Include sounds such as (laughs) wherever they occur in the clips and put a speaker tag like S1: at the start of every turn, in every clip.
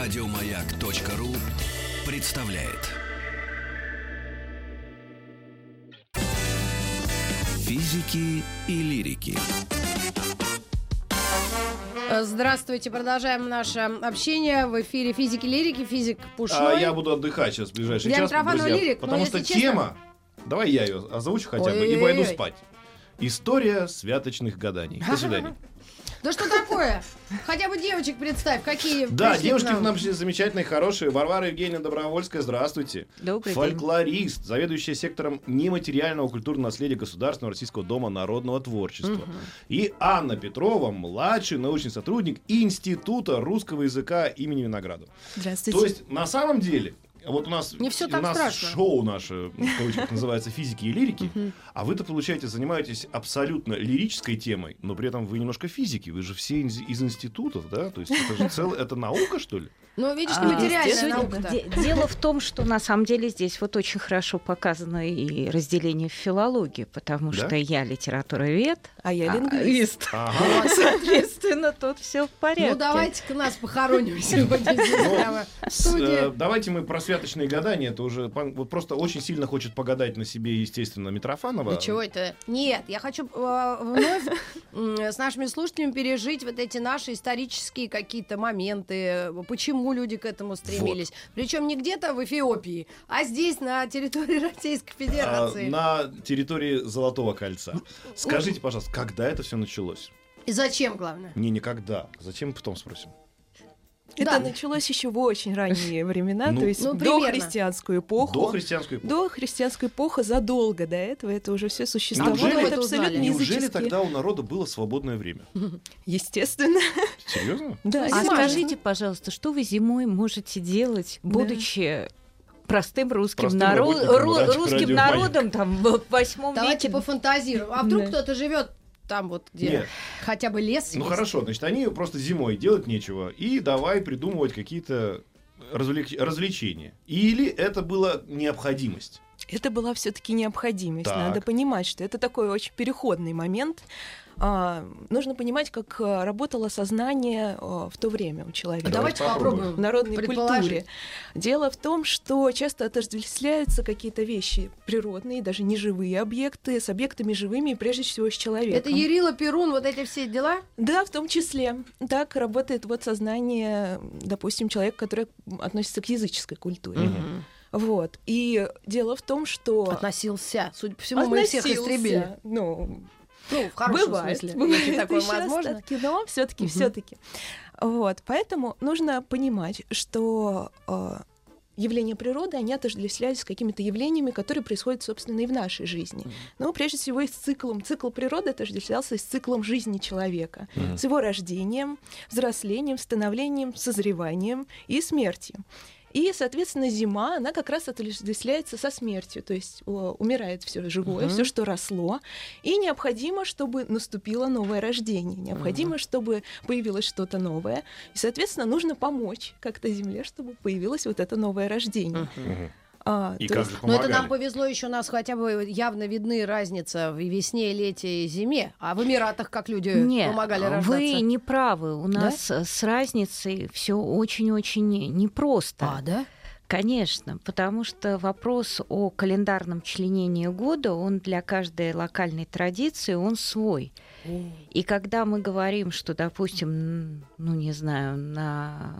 S1: Радиомаяк.ру представляет. Физики и лирики.
S2: Э, Здравствуйте, продолжаем наше общение в эфире физики лирики, физик
S3: А
S2: Пушной.
S3: я буду отдыхать сейчас в ближайший
S2: Для
S3: час,
S2: Митрофанова
S3: друзья,
S2: лирик, но,
S3: потому
S2: если
S3: что
S2: честно-
S3: тема, давай я ее озвучу хотя бы и
S2: Ой-ой-ой.
S3: пойду спать. История святочных гаданий. До свидания.
S2: Да что такое? Хотя бы девочек представь, какие
S3: Да,
S2: пришли к
S3: девушки к нам пришли замечательные, хорошие. Варвара Евгеньевна Добровольская, здравствуйте.
S4: Добрый день.
S3: Фольклорист, заведующая сектором нематериального культурного наследия Государственного Российского Дома народного творчества. И Анна Петрова, младший научный сотрудник Института русского языка имени Виноградова.
S4: Здравствуйте.
S3: То есть, на самом деле, вот у нас,
S2: Не всё
S3: у
S2: так
S3: нас
S2: страшно.
S3: шоу наше, в кавычках, называется «Физики и лирики», а вы-то, получаете занимаетесь абсолютно лирической темой, но при этом вы немножко физики, вы же все из, из институтов, да? То есть это
S2: (laughs)
S3: же целая, это наука, что ли?
S2: Ну, видишь,
S4: А,
S2: нематериальная
S4: естественно,
S2: наука-то.
S4: де- Дело в том, что на самом деле здесь вот очень хорошо показано и разделение в филологии, потому
S3: Да?
S4: что я литературовед,
S5: А я
S4: а,
S5: лингвист.
S3: Ага.
S4: (laughs) соответственно, тут все в порядке.
S2: Ну, давайте-ка нас похороним сегодня здесь
S3: Ну,
S2: прямо в
S3: С, э,
S2: студии.
S3: давайте мы про святочные гадания. Это уже пан- вот просто очень сильно хочет погадать на себе, естественно, Митрофанова. а,
S2: Да чего это? Нет, я хочу э, вновь м, с нашими слушателями пережить вот эти наши исторические какие-то моменты, э, почему люди к этому стремились. Причем не где-то в Эфиопии, а здесь, на территории (laughs) Российской
S3: А,
S2: Федерации.
S3: на территории Золотого кольца.
S2: Ну,
S3: Скажите, пожалуйста, когда это все началось?
S2: И зачем, главное?
S3: Не, никогда. Зачем мы потом спросим?
S5: Это
S2: Да.
S5: началось еще в очень ранние времена,
S3: Ну,
S5: то есть
S2: Ну,
S5: до
S2: примерно.
S5: христианскую эпоху.
S3: До христианской эпохи.
S5: До христианской эпохи задолго до этого это уже все существовало.
S3: Неужели-
S5: это абсолютно
S2: Неужели
S3: Неужели
S5: языческие-
S3: тогда у народа было свободное время?
S5: Естественно.
S3: Серьезно?
S5: (laughs) Да,
S2: есть
S4: А
S2: Возможно.
S4: скажите, пожалуйста, что вы зимой можете делать, будучи простым русским,
S3: Простым
S4: наро-
S3: работником типа
S4: ру-
S3: радио-
S4: русским
S3: радиомаяка.
S4: народом там в восьмом
S2: Давайте
S4: веке?
S2: пофантазируем. А вдруг
S4: Да.
S2: кто-то живет там вот, где
S3: Нет.
S2: хотя бы лес
S3: Ну
S2: есть?
S3: хорошо, значит, они просто зимой делать нечего. И давай придумывать какие-то развлек- развлечения. Или это была необходимость.
S5: Это была все-таки необходимость.
S3: Так.
S5: Надо понимать, что это такой очень переходный момент. А, нужно понимать, как а, работало сознание а, в то время у человека.
S2: А Давайте
S3: Попробуем.
S2: попробуем.
S5: в народной
S2: Предположить.
S5: культуре. Дело в том, что часто отождествляются какие-то вещи природные, даже неживые объекты с объектами живыми и прежде всего с человеком.
S2: Это Ерила Перун, вот эти все дела?
S5: Да, в том числе. Так работает вот сознание, допустим, человека, который относится к языческой культуре. Вот. И дело в том, что...
S2: Относился. Судя по всему, мы их всех
S5: относился,
S2: истребили.
S5: Ну,
S2: Ну, в хорошем
S5: бывает,
S2: смысле.
S5: бывает
S2: если такое
S5: и часто,
S2: возможно.
S5: но все-таки,
S2: Мгм.
S5: все-таки. Вот, поэтому нужно понимать, что э, явления природы, они отождествляются с какими-то явлениями, которые происходят, собственно, и в нашей жизни. Ну, прежде всего, и с циклом. Цикл природы отождествлялся и с циклом жизни человека. С его рождением, взрослением, становлением, созреванием и смертью. И, соответственно, зима, она как раз отождествляется со смертью, то есть о, умирает все живое,
S2: Мгм.
S5: все, что росло, и необходимо, чтобы наступило новое рождение, необходимо, чтобы появилось что-то новое, и, соответственно, нужно помочь как-то Земле, чтобы появилось вот это новое рождение. А,
S3: И
S5: то
S3: как
S5: есть-
S3: же
S2: Но Ну, это нам
S3: помогали?
S2: повезло еще, у нас хотя бы явно видны разница в весне, лете и зиме. А в Эмиратах как люди
S4: Нет,
S2: помогали рождаться.
S4: вы не правы. У нас э, с разницей все очень-очень не- непросто.
S2: А, да?
S4: Конечно, потому что вопрос о календарном членении года, он для каждой локальной традиции, он свой. И когда мы говорим, что, допустим, н- ну, не знаю, на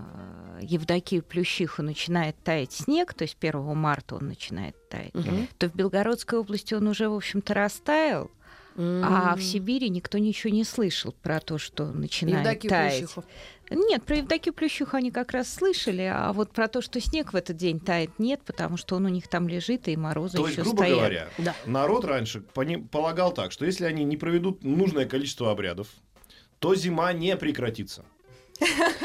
S4: Евдокию Плющиху начинает таять снег, то есть 1 марта он начинает таять,
S2: Мгм.
S4: то в Белгородской области он уже, в общем-то, растаял, а в Сибири никто ничего не слышал про то, что начинает
S2: Евдокию
S4: таять.
S2: Плющиху.
S4: Нет, про Евдокию Плющиху они как раз слышали, а вот про то, что снег в этот день тает, нет, потому что он у них там лежит, и морозы
S3: То есть,
S4: еще
S3: грубо
S4: стоят.
S3: говоря,
S2: Да.
S3: народ раньше по ним полагал так, что если они не проведут нужное количество обрядов, то зима
S2: (laughs)
S3: не прекратится.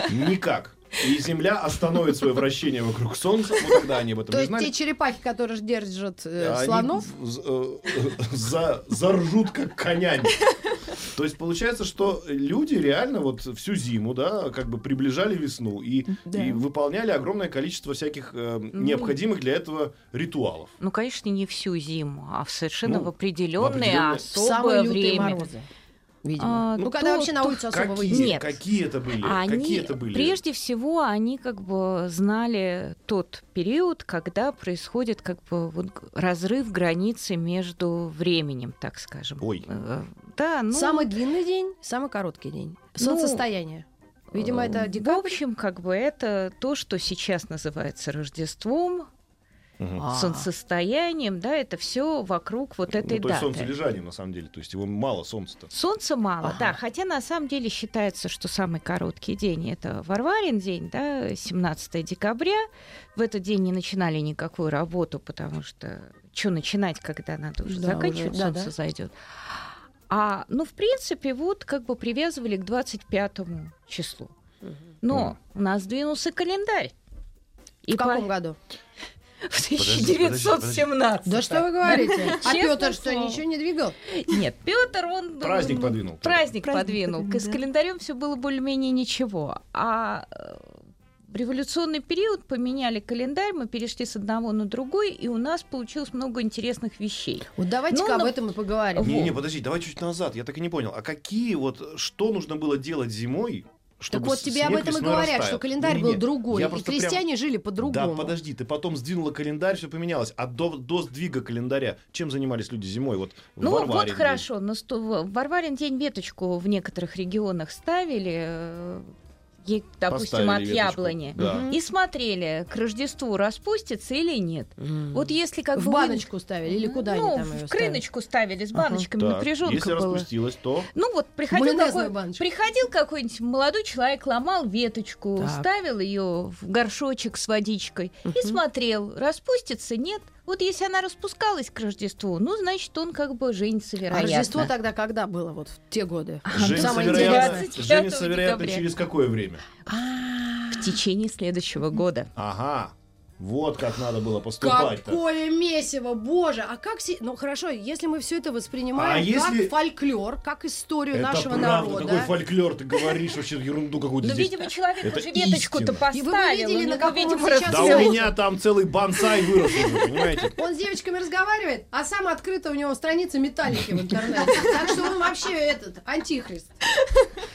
S3: Никак. И Земля остановит свое вращение вокруг Солнца, ну, когда они об этом
S2: То
S3: не
S2: есть
S3: знали.
S2: те черепахи, которые ж держат э,
S3: Они
S2: слонов,
S3: з- э, (laughs) за- заржут как конями. То есть получается, что люди реально вот всю зиму, да, как бы приближали весну и,
S5: Да.
S3: и выполняли огромное количество всяких э,
S2: Ну.
S3: необходимых для этого ритуалов.
S4: Ну, конечно, не всю зиму, а в совершенно
S3: Ну,
S4: в определенное
S3: в определённое-
S2: в самые
S4: особое
S2: лютые
S4: время.
S2: морозы. видимо.
S4: А,
S2: ну,
S4: то-
S2: когда вообще на
S4: то-
S2: улицу особо выйдешь.
S3: Какие,
S4: Нет.
S3: какие это были?
S4: А
S3: какие
S4: Они,
S3: это были?
S4: прежде всего, они как бы знали тот период, когда происходит как бы вот г- разрыв границы между временем, так скажем.
S3: Ой.
S4: Э, Да, ну,
S2: Самый длинный день, самый короткий день. Солнцестояние. Видимо,
S4: э,
S2: это
S4: В
S2: декабрь.
S4: общем, как бы это то, что сейчас называется Рождеством,
S3: Мгм. Ну,
S2: А.
S4: солнцестоянием, да, это все вокруг вот этой
S3: ну, то
S4: даты.
S3: есть солнцележание, на самом деле. То есть его мало солнца-то.
S4: Солнца мало,
S2: Ага.
S4: да. Хотя на самом деле считается, что самый короткий день это Варварин день, да, 17 декабря. В этот день не начинали никакую работу, потому что что начинать, когда надо уже
S2: Да,
S4: заканчивать,
S2: уже, да,
S4: солнце
S2: да.
S4: зайдет. А, ну, в принципе, вот как бы привязывали к 25 числу. Но у нас двинулся календарь.
S2: В
S4: по-
S2: каком году?
S4: (laughs) в
S3: подожди,
S4: 1917.
S2: Да что вы
S4: (laughs)
S2: говорите? А
S4: Честное
S2: Петр что,
S4: слово.
S2: ничего не двигал?
S4: Нет, Петр, он...
S3: Праздник
S4: ну,
S3: подвинул.
S4: Праздник,
S5: Праздник
S4: подвинул.
S5: подвинул,
S4: К- С
S5: да.
S4: календарем все было более-менее ничего. А э, в революционный период поменяли календарь, мы перешли с одного на другой, и у нас получилось много интересных вещей.
S2: Вот давайте-ка
S4: Ну,
S2: об
S4: ну,
S2: этом и поговорим.
S3: Не, не,
S4: Вот.
S3: подожди, давай чуть назад. Я так и не понял. А какие вот, что нужно было делать зимой,
S2: Так
S3: чтобы
S2: вот
S3: с-
S2: тебе об
S3: снег
S2: этом и
S3: весной
S2: говорят,
S3: растаял?
S2: что календарь
S3: Не-не-не,
S2: был другой,
S3: я
S2: и
S3: просто прям-
S2: крестьяне жили
S3: Да,
S2: по-другому.
S3: подожди, ты потом сдвинула календарь, все поменялось. А до, до сдвига календаря чем занимались люди зимой? Вот в
S4: Ну
S3: Варваре
S4: вот
S3: где?
S4: хорошо, но сто- в Варварин день веточку в некоторых регионах ставили, э, ей, допустим,
S3: Поставили
S4: от
S3: веточку.
S4: яблони.
S3: Да.
S4: И смотрели, к Рождеству распустится или нет.
S2: М.
S4: Вот если как
S2: в
S4: бы вы-
S2: баночку ставили или куда
S4: ну,
S2: они там ее
S4: в крыночку ставили, с
S2: Ага.
S4: баночками
S3: Так,
S4: напряженка
S3: Если
S4: была.
S3: распустилось, то...
S4: (laughs) Ну вот приходил,
S2: Майонезную
S4: какой-
S2: баночку.
S4: приходил какой-нибудь молодой человек, ломал веточку,
S2: Так.
S4: ставил ее в горшочек с водичкой и
S2: Мгм.
S4: смотрел, распустится, нет. Вот если она распускалась к Рождеству, ну значит он как бы женится
S2: А
S4: вероятно.
S2: Рождество тогда когда было, вот в те годы?
S3: Женится,
S2: Самое
S3: вероятно,
S4: интересное.
S3: женится, вероятно,
S4: 25 декабря.
S3: через какое время?
S4: в течение следующего года.
S3: Ага, вот как надо было поступать-то.
S2: Какое месиво, боже! А как се- Ну хорошо, если мы все это воспринимаем
S3: А если-
S2: как фольклор, как историю
S3: Это
S2: нашего
S3: правда,
S2: народа.
S3: какой фольклор, ты говоришь вообще ерунду какую-то
S4: Но,
S3: Ну, здесь.
S4: Ну, видимо, человек
S3: Это
S4: уже веточку-то
S3: истина.
S2: И
S4: поставил.
S2: вы бы видели,
S4: у
S2: на
S4: него,
S2: каком он
S4: видимо,
S2: сейчас
S3: Да
S2: Всё.
S3: у
S4: расцвело.
S3: меня там целый бонсай вырос уже, понимаете?
S2: Он с девочками разговаривает, а сам открыто у него страница металлики в интернете. Так что он вообще этот антихрист.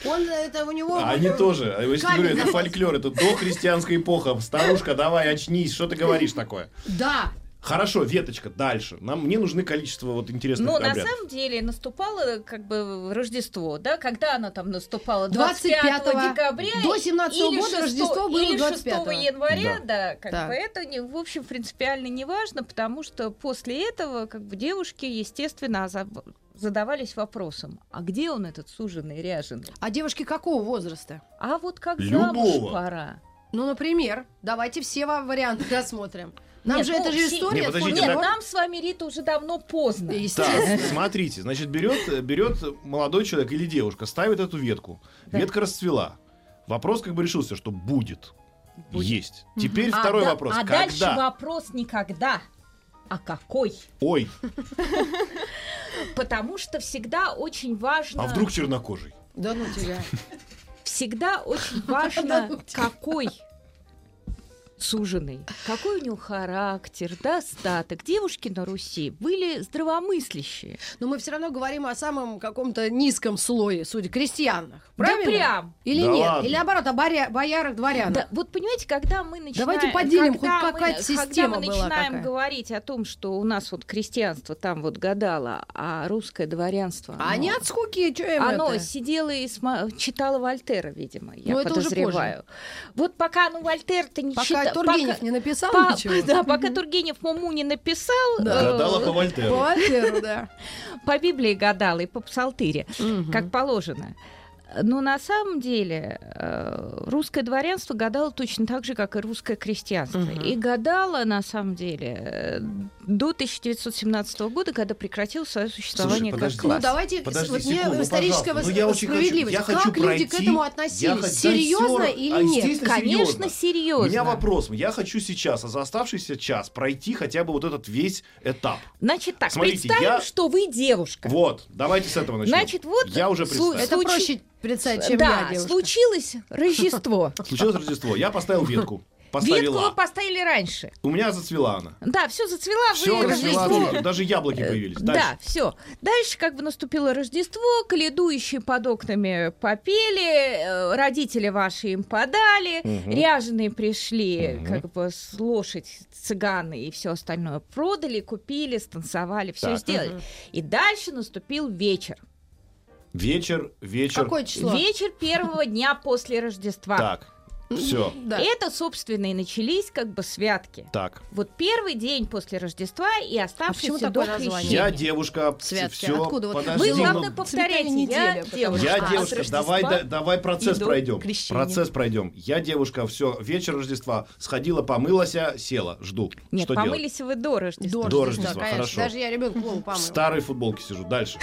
S2: Он это у него.
S3: А они тоже. А Если
S2: Камень
S3: говорю, это
S2: залез.
S3: фольклор, это дохристианская эпоха. Старушка, давай, очнись, что ты говоришь такое?
S2: Да.
S3: Хорошо, веточка, дальше. Нам, мне нужны количество вот интересных
S4: Но Ну, на
S3: обрядов.
S4: самом деле наступало как бы Рождество, да, когда оно там наступало 25,
S2: 25
S4: декабря
S2: до 17
S4: или
S2: года
S4: 6
S2: Рождество было
S4: или
S2: 25.
S4: 6 января, да, как
S2: Так.
S4: бы это не- в общем принципиально не важно, потому что после этого как бы девушки естественно оза- задавались вопросом, а где он этот суженый ряженый?
S2: А девушки какого возраста?
S4: А вот как
S3: Любого.
S4: замуж пора?
S2: Ну, например, давайте все ва- варианты (laughs) рассмотрим. Нам
S4: Нет,
S2: же
S4: ну,
S2: это же
S4: все-
S2: история.
S3: Не, подождите,
S4: Нет,
S3: да.
S4: нам с вами Рита уже давно поздно.
S2: Естественно.
S3: Так, смотрите, значит, берет, берет молодой человек или девушка, ставит эту ветку.
S4: Да.
S3: Ветка расцвела. Вопрос как бы решился, что будет.
S4: Будет.
S3: Есть. Теперь
S4: А
S3: второй
S4: да-
S3: вопрос.
S4: А
S3: Когда?
S4: дальше вопрос никогда. А какой?
S3: Ой,
S4: Потому что всегда очень важно...
S3: а вдруг чернокожий?
S2: Да ну тебя.
S4: Всегда
S2: (laughs)
S4: очень важно, какой суженый, какой у него характер, достаток. Девушки на Руси были здравомыслящие.
S2: Но мы все равно говорим о самом каком-то низком слое, судя крестьянах. Правильно?
S4: Да прям.
S2: Или
S3: Да
S2: нет?
S3: ладно.
S2: Или наоборот, о баря- боярах, дворянах.
S4: Да, вот понимаете, когда мы начинаем...
S2: Давайте поделим,
S4: когда
S2: хоть
S4: мы-
S2: какая-то система
S4: Когда мы
S2: была
S4: начинаем
S2: какая.
S4: говорить о том, что у нас вот крестьянство там вот гадало, а русское дворянство...
S2: А они
S4: оно-
S2: от скуки, что им
S4: Оно
S2: это?
S4: сидело и сма- читало Вольтера, видимо, я
S2: Ну, это уже
S4: подозреваю. вот пока, ну, Вольтер-то не
S2: Пока
S4: читал...
S2: Тургенев не написал
S4: Па-
S2: ничего.
S4: (laughs) Да, пока Тургенев Муму не написал,
S2: Да.
S4: э,
S3: Гадала по Вольтеру.
S2: По Вольтеру, да.
S4: по Библии гадал и по Псалтыре,
S2: Мгм.
S4: как положено. Но на самом деле э, русское дворянство гадало точно так же, как и русское крестьянство.
S2: Мгм.
S4: И гадало, на самом деле, э, до 1917 года, когда прекратил свое существование как
S3: подожди.
S4: класс.
S2: Ну давайте,
S3: Подожди
S2: вот мне
S3: секунду, ну,
S2: историческая
S3: пожалуйста.
S2: вос-
S3: Ну, я очень хочу-
S2: справедливость.
S3: я хочу
S2: как люди к
S3: пройти,
S2: этому
S3: я
S2: относились?
S3: хочу- да,
S2: серьезно
S3: всё-
S2: или
S3: а,
S2: нет?
S3: естественно,
S4: Конечно,
S3: У
S4: серьезно.
S3: меня вопрос. Я хочу сейчас, а за оставшийся час, пройти хотя бы вот этот весь этап.
S4: Значит так,
S3: Смотрите,
S4: представим,
S3: я-
S4: что вы девушка.
S3: Вот, давайте с этого начнем.
S4: Значит, вот
S3: Я уже представил.
S4: слу-
S2: Это
S4: Случай-
S2: проще представить, чем
S4: да,
S2: я, девушка.
S4: случилось Рождество.
S3: Случилось Рождество, я поставил ветку. Поставила.
S4: Ветку вы поставили раньше.
S3: У меня зацвела она.
S4: Да, все зацвела,
S3: Все,
S4: вы
S3: зацвела,
S4: Рождество.
S3: зацвела. даже яблоки
S4: Э,
S3: появились.
S4: Да,
S3: Дальше.
S4: все. Дальше как бы наступило Рождество, каледующие под окнами попели, э, родители ваши им подали,
S3: Мгм.
S4: ряженые пришли,
S3: Мгм.
S4: как бы с лошадь, цыганы и все остальное продали, купили, станцевали, все
S3: Так.
S4: сделали. И дальше наступил вечер.
S3: Вечер, вечер.
S2: Какое число?
S4: Вечер
S3: (laughs)
S4: первого дня после Рождества.
S3: Так, все,
S2: Да.
S4: Это, собственно, и начались как бы святки.
S3: так.
S4: Вот первый день после Рождества и оставшийся
S2: А такое
S4: до
S2: название?
S4: крещения.
S3: Я девушка.
S2: Святки.
S3: Все,
S2: Откуда вот-
S4: Вы,
S2: Подожди,
S4: главное,
S3: подожди. ну,
S4: повторяйте.
S5: неделя,
S4: Я
S5: потому
S4: девушка.
S3: Я
S5: А, с
S3: девушка,
S5: Рождества
S3: давай, да- давай процесс
S5: и до
S3: пройдем.
S5: крещения.
S3: Процесс пройдем. Я девушка, все, вечер Рождества. Сходила, помылась, а села, жду.
S4: Нет,
S3: Что делать?
S4: помылись вы до Рождества.
S3: До
S2: Дорожность, да,
S3: Рождества,
S2: конечно.
S3: хорошо.
S2: Даже я ребенку голову
S3: В
S2: помыла.
S3: старой футболке сижу. Дальше.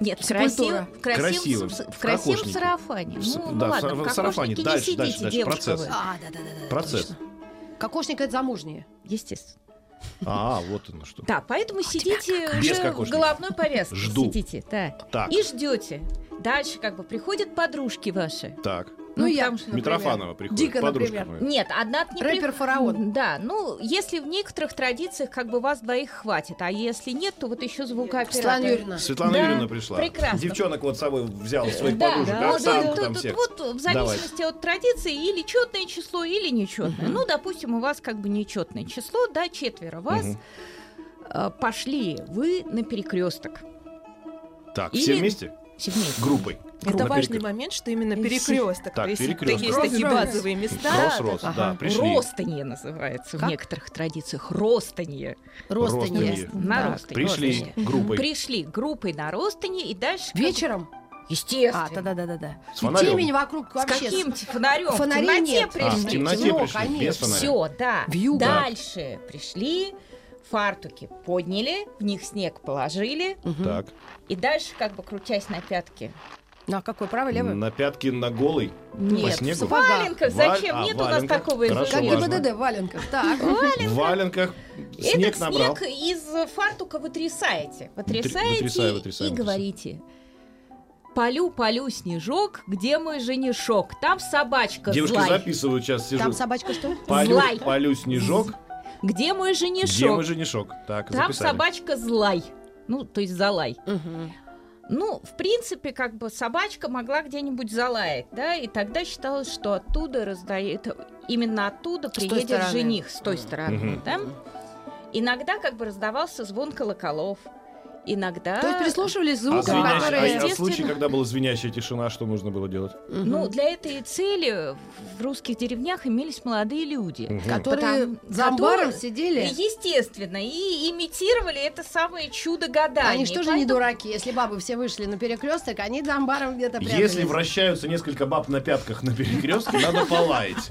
S4: Нет, в
S2: Сепультура.
S4: красивом, в красивом,
S3: Красиво,
S4: с- в
S3: в
S4: красивом
S3: кокошнике.
S4: сарафане.
S3: В с-
S4: Ну, ну
S3: да, в
S4: ладно,
S3: сара- в
S4: в
S3: сарафане.
S4: кокошнике
S3: Дальше,
S4: не
S3: дальше,
S4: сидите,
S3: дальше.
S4: девушка
S3: Процесс.
S4: вы.
S2: А, да-да-да.
S3: Процесс.
S2: Кокошник это замужние.
S4: Естественно.
S3: А, вот оно что.
S4: Да,
S2: А
S4: поэтому сидите
S3: Без
S4: уже в
S3: кокошника.
S4: головной повязке.
S3: Жду.
S4: Сидите, да.
S3: Так,
S4: И ждете. Дальше как бы приходят подружки ваши.
S3: так.
S2: Ну, я,
S4: потому что-
S2: например.
S3: Митрофанова приходит.
S2: Дико,
S3: подружка
S2: например.
S3: моя.
S4: Нет, одна не при-
S2: Рэпер фараон.
S4: Да, ну, если в некоторых традициях как бы вас двоих хватит, а если нет, то вот еще
S2: Светлана
S4: звукооператор.
S2: Юрьевна.
S3: Светлана
S4: Да,
S3: Юрьевна пришла.
S4: прекрасно.
S3: Девчонок вот с собой взял своих
S4: Да,
S3: подружек,
S4: ну,
S3: Оксанку
S4: тут-
S3: там
S4: тут
S3: всех.
S4: вот в зависимости от традиции или четное число, или нечетное. Ну, допустим, у вас как бы нечетное число, да, четверо вас.
S3: Мгм.
S4: Э, Пошли вы на перекресток.
S3: Так,
S4: Или-
S3: все вместе? Группой.
S5: Это
S3: На
S5: важный
S3: перекрёст-
S5: момент, что именно
S4: И
S5: перекресток.
S3: Так,
S5: То есть
S3: перекрёсток.
S5: такие есть такие
S2: Кросс-роуд.
S5: базовые места.
S3: Кросс-роуд,
S5: Ага.
S3: да, пришли.
S4: Ростанье называется в
S2: Как?
S4: некоторых традициях. Ростанье.
S2: Ростанье.
S3: Ростанье.
S4: На
S2: Да.
S4: ростанье.
S3: Пришли
S4: ростанье.
S3: группой.
S4: Пришли группой на ростанье и дальше... как бы-
S2: Вечером?
S4: Естественно.
S2: А, да-да-да.
S3: С
S2: да. Темень
S3: фонарем.
S2: вокруг
S4: С
S2: вообще.
S4: каким фонарем?
S2: Фонарей
S4: в темноте
S2: нет.
S3: А,
S4: пришли.
S3: в темноте
S2: Ну,
S3: пришли, без
S2: конечно.
S3: фонаря.
S4: Все, да.
S2: Вьюга.
S4: Дальше пришли, фартуки подняли, в них снег положили,
S2: Мгм.
S3: Так.
S4: и дальше как бы крутясь на пятке.
S2: На Ну, а какой? Правый, левый?
S3: На пятки на голый.
S4: Нет,
S3: снегу?
S4: в валенках.
S3: Валь-
S4: Зачем?
S3: а,
S4: Нет у нас
S3: валенках.
S4: такого
S3: Хорошо,
S2: Как
S4: изобилия.
S3: важно.
S2: ГИБДД в валенках. Так.
S3: В валенках. Снег
S4: Этот
S3: набрал.
S4: снег из фартука вытрясаете. Вытрясаете
S3: вытрясаю, вытрясаю,
S4: и
S3: вытрясаю.
S4: говорите. Полю, полю, снежок, где мой женишок? Там собачка
S3: Девушки
S4: злая.
S3: записывают сейчас, сижу.
S2: Там собачка что?
S3: Полю,
S4: Злай.
S3: полю снежок,
S4: Где мой
S3: где
S4: женишок?
S3: мой женишок? Так,
S4: Там
S3: записали.
S4: собачка злай. Ну, то есть залай.
S2: Мгм.
S4: Ну, в принципе, как бы собачка могла где-нибудь залаять, да, и тогда считалось, что оттуда раздает, именно оттуда
S2: той
S4: приедет
S2: стороны.
S4: жених с той стороны,
S3: Мгм.
S4: да. Иногда как бы раздавался звон колоколов, иногда.
S2: То есть прислушивались к
S3: А,
S2: звукам,
S3: звенящ-
S2: которые...
S3: а- а в
S4: Естественно.
S3: случае, когда была звенящая тишина, что нужно было делать?
S4: Ну, для этой цели в русских деревнях имелись молодые люди.
S3: Мгм.
S2: Которые
S4: Потому-
S2: за амбаром
S4: которые-
S2: сидели.
S4: Естественно, и имитировали это самое чудо гадания.
S2: Они что же не
S4: Поэтому-
S2: дураки? Если бабы все вышли на перекресток, они за амбаром где-то прятались.
S3: Если вращаются несколько баб на пятках на перекрестке, надо полаять.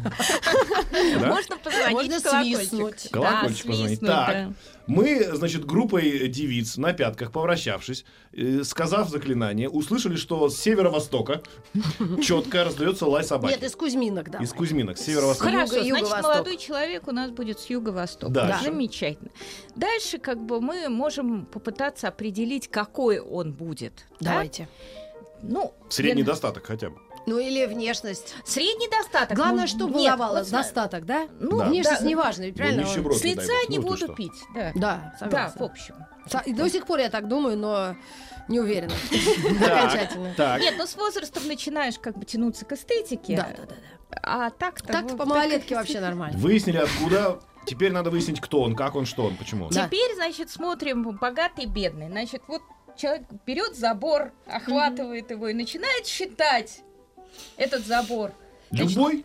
S3: Да?
S4: Можно позвонить
S2: Можно
S4: в колокольчик.
S2: свистнуть.
S3: Колокольчик
S4: да,
S3: позвонить.
S4: свистнуть,
S3: Так.
S4: да.
S3: Мы, значит, группой девиц на пятках, повращавшись, э, сказав заклинание, услышали, что с северо-востока четко раздается лай
S2: Нет,
S3: собаки.
S2: из Кузьминок, да.
S3: Из Кузьминок, с северо-востока.
S4: Хорошо,
S2: Юга-
S4: значит,
S2: юго-восток.
S4: молодой человек у нас будет с юго-востока.
S3: Да. Да.
S4: Замечательно. Дальше, как бы, мы можем попытаться определить, какой он будет. да?
S2: Давайте.
S4: Ну,
S3: Средний
S4: для-
S3: достаток хотя бы.
S2: Ну или внешность.
S4: Средний достаток.
S2: Главное,
S4: Ну,
S2: чтобы
S4: нет,
S2: волновало.
S4: вот зна-
S2: Достаток, да?
S4: Ну,
S3: Да.
S2: Внешность
S4: да.
S2: не важно, ведь правильно?
S3: Ну,
S2: он-
S3: нищеброд,
S4: С
S3: не дай
S4: лица
S3: бог.
S4: не
S3: Ну, ты
S4: буду
S3: что.
S4: пить. Да.
S2: Да,
S4: Да,
S2: согласна.
S4: в общем.
S2: Со- и До сих пор я так думаю, но не
S3: (laughs)
S2: уверена. Окончательно.
S3: Так, так.
S4: Нет, ну с возрастом начинаешь как бы тянуться к эстетике.
S2: Да, да, да. да.
S4: А так-то...
S2: Так
S4: вот
S2: по малолетке
S4: (laughs) и
S2: вообще нормально.
S3: Выяснили, откуда. Теперь надо выяснить, кто он, как он, что он, почему. он.
S2: Да.
S4: Теперь, значит, смотрим богатый, бедный. Значит, вот человек берет забор, охватывает его и начинает считать этот забор.
S3: Любой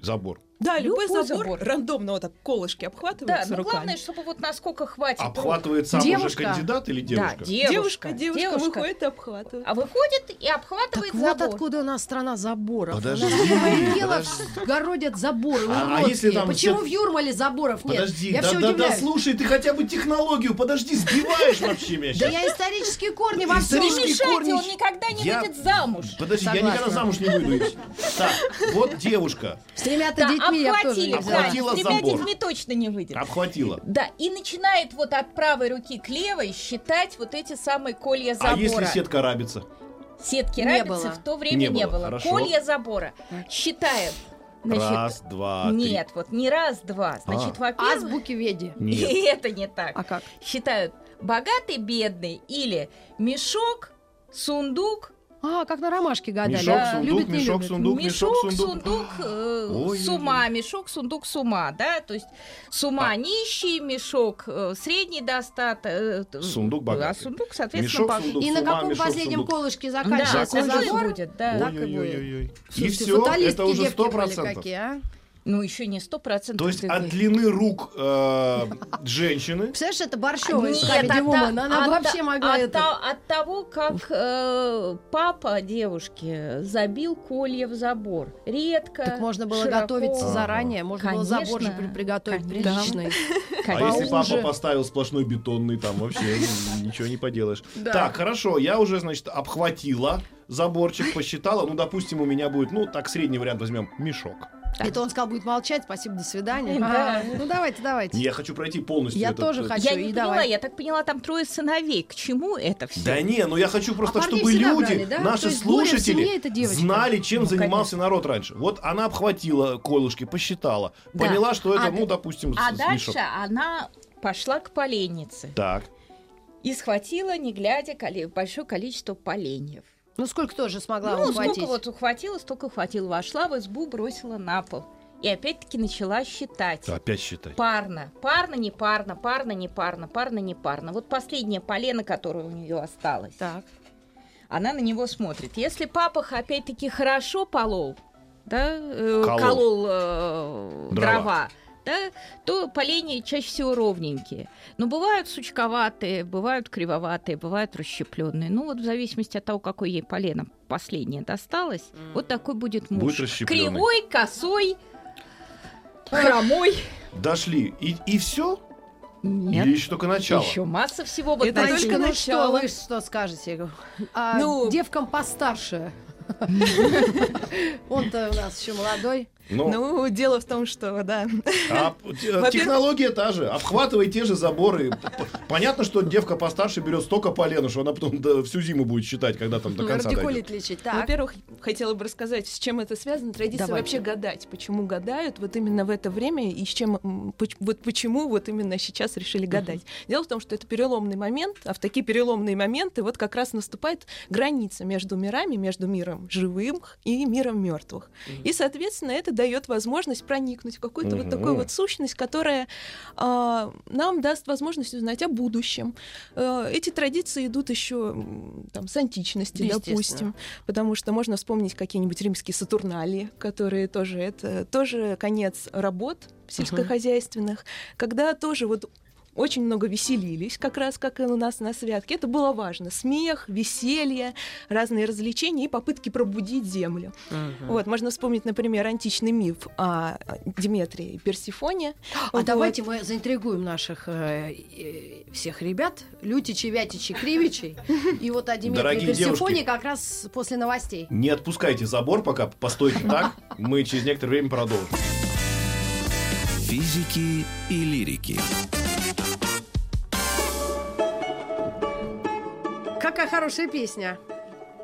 S3: забор.
S5: Да, любой,
S4: Любой
S5: забор,
S4: забор.
S5: рандомно вот так колышки
S4: Да,
S5: обхватываются
S4: но
S5: руками.
S4: главное, чтобы вот насколько хватит. рук.
S3: Обхватывает сам
S2: Девушка?
S3: уже кандидат или девушка?
S4: Да,
S5: девушка,
S4: девушка,
S5: девушка, выходит и обхватывает.
S4: А выходит и
S2: Так
S4: обхватывает
S2: вот
S4: забор.
S2: откуда у нас страна заборов.
S3: Подожди,
S2: У нас первым делом
S3: подожди.
S2: городят заборы.
S3: А- а
S2: уродские.
S3: если там
S2: Почему
S3: все-
S2: в Юрмале заборов нет?
S3: Подожди,
S2: я
S3: да,
S2: все
S3: да, да,
S2: удивляюсь.
S3: слушай, ты хотя бы технологию,
S2: (laughs)
S3: подожди, сбиваешь вообще меня
S2: Да
S3: сейчас.
S2: я исторические корни во всем.
S4: Не
S3: Исторические
S4: мешайте,
S3: корни.
S4: он никогда не
S3: Я-
S4: выйдет замуж.
S3: Подожди, я никогда
S2: Согласна.
S3: замуж не
S2: (laughs)
S3: выйду. если- Так, вот девушка
S2: С тремя-то
S4: Да,
S2: детьми я тоже не
S4: обхватили,
S2: взяла.
S4: да,
S3: Обхватила
S4: с тремя
S3: забор.
S4: детьми точно не выйдет.
S3: обхватила.
S4: Да, и начинает вот от правой руки к левой считать вот эти самые колья забора.
S3: А если сетка рабится?
S4: Сетки
S2: Не
S4: рабицы
S2: было.
S4: в то время
S3: Не
S4: не
S3: было,
S4: было.
S3: хорошо.
S4: Колья забора. Считаем. Значит,
S3: Раз, два, три. А.
S4: нет, вот не раз-два. Значит, во-первых,
S2: Азбуки Веди.
S3: Нет.
S4: (laughs) и это не так.
S5: А как?
S4: Считают богатый, бедный или мешок, сундук,
S2: А, как на ромашке гадали. А,
S3: Мешок,
S4: Да.
S3: сундук,
S2: Любит, не
S3: мешок,
S2: любит.
S3: сундук, мешок, сундук.
S4: сундук, э,
S3: Ой-ой-ой.
S4: с ума, мешок, сундук с ума, да, то есть с ума
S3: А.
S4: нищий, мешок э, средний достаток, э, т-
S3: Сундук богатый.
S4: а сундук, соответственно,
S3: Мешок,
S4: богатый.
S3: сундук,
S2: И на
S3: сундук,
S2: каком
S3: мешок,
S2: последнем
S3: сундук.
S2: колышке
S4: Да,
S2: заканчивается
S4: такой
S3: Закончился.
S2: забор?
S4: будет,
S2: (laughs)
S4: да.
S2: Так и будет.
S3: Ой-ой-ой-ой. И
S2: Слушайте,
S3: все,
S2: фаталистки
S3: это уже
S2: девки
S3: сто
S2: были
S3: процентов.
S2: какие, а?
S4: Ну еще не сто процентов.
S3: То есть от длины рук
S2: (laughs)
S3: э, женщины
S2: Представляешь, это Борщева из
S4: нет,
S2: Comedy
S4: от,
S2: Woman,
S4: та-
S2: Она
S4: от
S2: вообще
S4: та-
S2: могла
S4: от
S2: это...
S4: та- от того, как э, папа девушки забил колья в забор. Редко.
S2: Так можно было
S4: широко.
S2: готовиться заранее, можно было
S4: Конечно,
S2: забор же при- приготовить
S4: конечно.
S2: приличный.
S3: А
S4: Конечно.
S3: если папа поставил сплошной бетонный, там вообще ну, ничего не поделаешь. Так, хорошо, я уже, значит, обхватила заборчик, посчитала. Ну, допустим, у меня будет, ну, так, средний вариант возьмем, мешок.
S2: Это он сказал, будет молчать, спасибо, до свидания.
S4: Да.
S2: А, Ну давайте, давайте.
S3: Я хочу пройти полностью
S2: Я
S3: этот,
S2: тоже
S3: э,
S2: хочу.
S4: Я
S2: и
S4: не
S2: давай.
S4: поняла, я так поняла, там трое сыновей. К чему это все?
S3: Да не, ну я хочу просто,
S2: А парней
S3: чтобы
S2: всегда
S3: люди,
S2: брали, да? То
S3: наши
S2: есть горе в семье
S3: слушатели,
S2: это девочка.
S3: знали, чем
S4: Ну,
S3: занимался народ раньше. Вот она обхватила колышки, посчитала,
S4: Да.
S3: поняла, что это,
S4: А
S3: ну,
S4: ты-
S3: допустим, с-
S4: А
S3: с
S4: дальше
S3: мешок.
S4: она пошла к поленнице
S3: Так,
S4: и схватила, не глядя, коле- большое количество поленьев.
S2: Ну сколько тоже смогла
S4: ну,
S2: ухватить?
S4: сколько вот ухватила, столько ухватила. Вошла в избу, бросила на пол. И опять-таки начала считать.
S3: опять считай.
S4: Парно, парно, не парно, парно, не парно, парно, не парно. Вот последнее полено, которое у нее осталось.
S2: Так.
S4: Она на него смотрит. Если папа х- опять-таки хорошо полол, да, э,
S3: Колол.
S4: колол, э,
S3: Дрова.
S4: дрова. да, то поленья чаще всего ровненькие. Но бывают сучковатые, бывают кривоватые, бывают расщепленные. Ну вот в зависимости от того, какой ей полено последнее досталось, вот такой будет муж.
S3: Будет расщеплённый.
S4: Кривой, косой, А, хромой.
S3: Дошли. И, и все?
S4: Нет.
S3: Или еще только начало?
S4: Еще масса всего. Вот
S5: Это
S4: Настя,
S2: Танечка,
S5: только
S2: ну что,
S5: начало.
S2: вы что скажете? А,
S5: Ну-
S2: Девкам постарше. Он-то у нас еще молодой.
S3: Ну,
S5: Ну, дело в том, что, да,
S3: а, э, технология та же. Обхватывай те же заборы. П- п- Понятно, что девка постарше берет столько полена, что она потом да, всю зиму будет считать, когда там до
S2: Ну,
S3: конца дойдет.
S2: Радикулит лечить. Так.
S5: Во-первых, хотела бы рассказать, с чем это связано. Традиция
S2: Давай.
S5: вообще гадать. Почему гадают вот именно в это время и с чем м, поч- вот почему вот именно сейчас решили гадать. Дело в том, что это переломный момент, а в такие переломные моменты вот как раз наступает граница между мирами, между миром живых и миром мертвых. И, соответственно, это дает возможность проникнуть в какую-то вот такую
S3: Мгм.
S5: вот сущность, которая а, нам даст возможность узнать о будущем. Э, эти традиции идут еще м, там, с античности,
S2: Естественно.
S5: допустим. Потому что можно вспомнить какие-нибудь римские сатурнали, которые тоже это тоже конец работ сельскохозяйственных, когда тоже вот очень много веселились, как раз как и у нас на святке. Это было важно. Смех, веселье, разные развлечения и попытки пробудить землю. Вот, можно вспомнить, например, античный миф о Деметрии и Персифоне.
S2: А
S5: Вот.
S2: давайте мы заинтригуем наших э, э, всех ребят, лютичи, вятичи, кривичи. И вот о Димитре
S3: Дорогие
S2: Персифоне
S3: девушки.
S2: как раз после новостей.
S3: Не отпускайте забор пока, постойте так. Мы через некоторое время продолжим.
S1: Физики и лирики.
S2: Какая хорошая песня.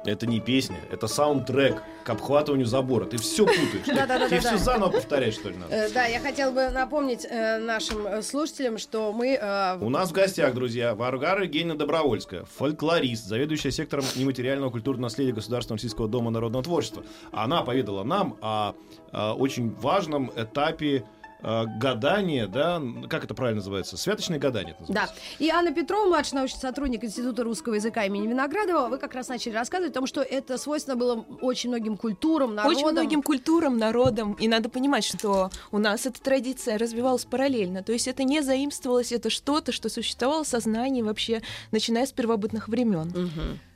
S3: Это не песня, это саундтрек к обхватыванию забора. Ты все путаешь.
S2: Да-да-да-да-да.
S3: Ты- Тебе все заново повторять, что ли, надо?
S2: Э, Да, я хотела бы напомнить э, нашим э, слушателям, что мы... э,
S3: У нас в гостях, друзья, Варвара Евгеньевна Добровольская, фольклорист, заведующая сектором нематериального культурного наследия Государственного российского дома народного творчества. Она поведала нам о, э, очень важном этапе э, гадания, да, н- как это правильно называется? Святочное гадание. это
S2: Да.
S3: называется.
S2: И Анна Петрова, младший научный сотрудник Института русского языка имени Виноградова, вы как раз начали рассказывать о том, что это свойственно было очень многим культурам, народам.
S5: Очень многим культурам, народам. И надо понимать, что у нас эта традиция развивалась параллельно. То есть это не заимствовалось, это что-то, что существовало в сознании вообще, начиная с первобытных времен.